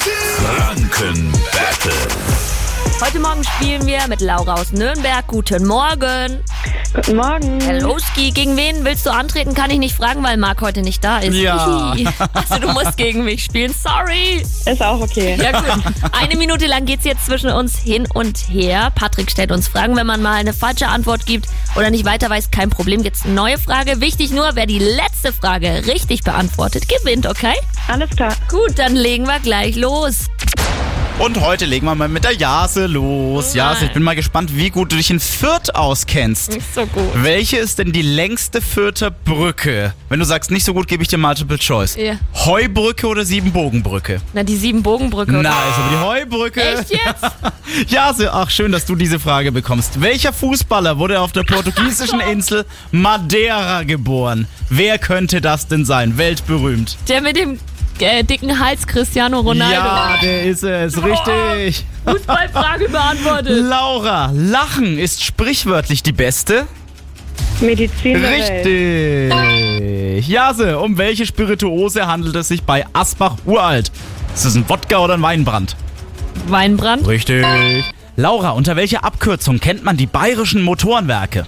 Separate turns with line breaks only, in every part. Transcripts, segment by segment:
Franken.
Heute Morgen spielen wir mit Laura aus Nürnberg. Guten Morgen.
Guten Morgen.
Helloski, gegen wen willst du antreten? Kann ich nicht fragen, weil Marc heute nicht da ist.
Ja.
Also du musst gegen mich spielen. Sorry.
Ist auch okay.
Ja gut. Eine Minute lang geht's jetzt zwischen uns hin und her. Patrick stellt uns Fragen. Wenn man mal eine falsche Antwort gibt oder nicht weiter weiß, kein Problem. Gibt's eine neue Frage. Wichtig nur, wer die letzte Frage richtig beantwortet, gewinnt, okay?
Alles klar.
Gut, dann legen wir gleich los.
Und heute legen wir mal mit der Jase los. Jase, ich bin mal gespannt, wie gut du dich in Fürth auskennst.
Ist so gut.
Welche ist denn die längste Fürther Brücke? Wenn du sagst, nicht so gut, gebe ich dir Multiple Choice.
Ja.
Heubrücke oder Siebenbogenbrücke?
Na, die Siebenbogenbrücke.
Nice,
oder?
aber die Heubrücke.
Echt jetzt?
Jase, ach schön, dass du diese Frage bekommst. Welcher Fußballer wurde auf der
Oh
portugiesischen Insel Madeira geboren? Wer könnte das denn sein? Weltberühmt.
Der mit dem äh, dicken Hals, Cristiano Ronaldo. Oh.
Ja, der ist es, richtig.
Fußballfrage beantwortet.
Laura, Lachen ist sprichwörtlich die beste.
Medizin. der Welt.
Richtig. Jase, um welche Spirituose handelt es sich bei Asbach Uralt? Ist es ein Wodka oder ein Weinbrand?
Weinbrand.
Richtig. Laura, unter welcher Abkürzung kennt man die bayerischen Motorenwerke?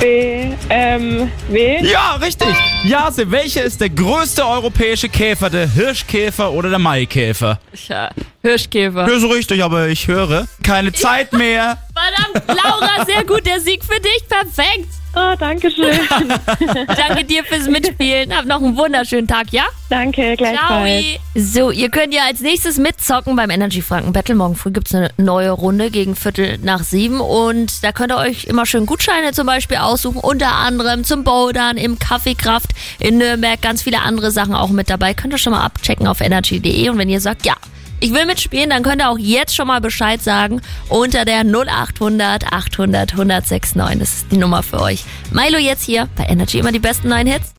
B. Ähm, W.
Ja, richtig. Jase, welcher ist der größte europäische Käfer? Der Hirschkäfer oder der Maikäfer?
Ja, Hirschkäfer.
Das ist richtig, aber ich höre keine Zeit mehr.
Verdammt, Laura, sehr gut. Der Sieg für dich. Perfekt.
Oh, danke schön.
Danke dir fürs Mitspielen. Hab noch einen wunderschönen Tag, ja?
danke, gleichfalls.
So, ihr könnt ja als nächstes mitzocken beim Energy Franken Battle. Morgen früh gibt's eine neue Runde gegen Viertel nach sieben. Und da könnt ihr euch immer schön Gutscheine zum Beispiel aussuchen. Unter anderem zum Bouldern, im Kaffeekraft in Nürnberg. Ganz viele andere Sachen auch mit dabei. Könnt ihr schon mal abchecken auf energy.de. Und wenn ihr sagt, ja, ich will mitspielen, dann könnt ihr auch jetzt schon mal Bescheid sagen unter der 0800 800 1069. Das ist die Nummer für euch. Milo jetzt hier bei Energy immer die besten neuen Hits.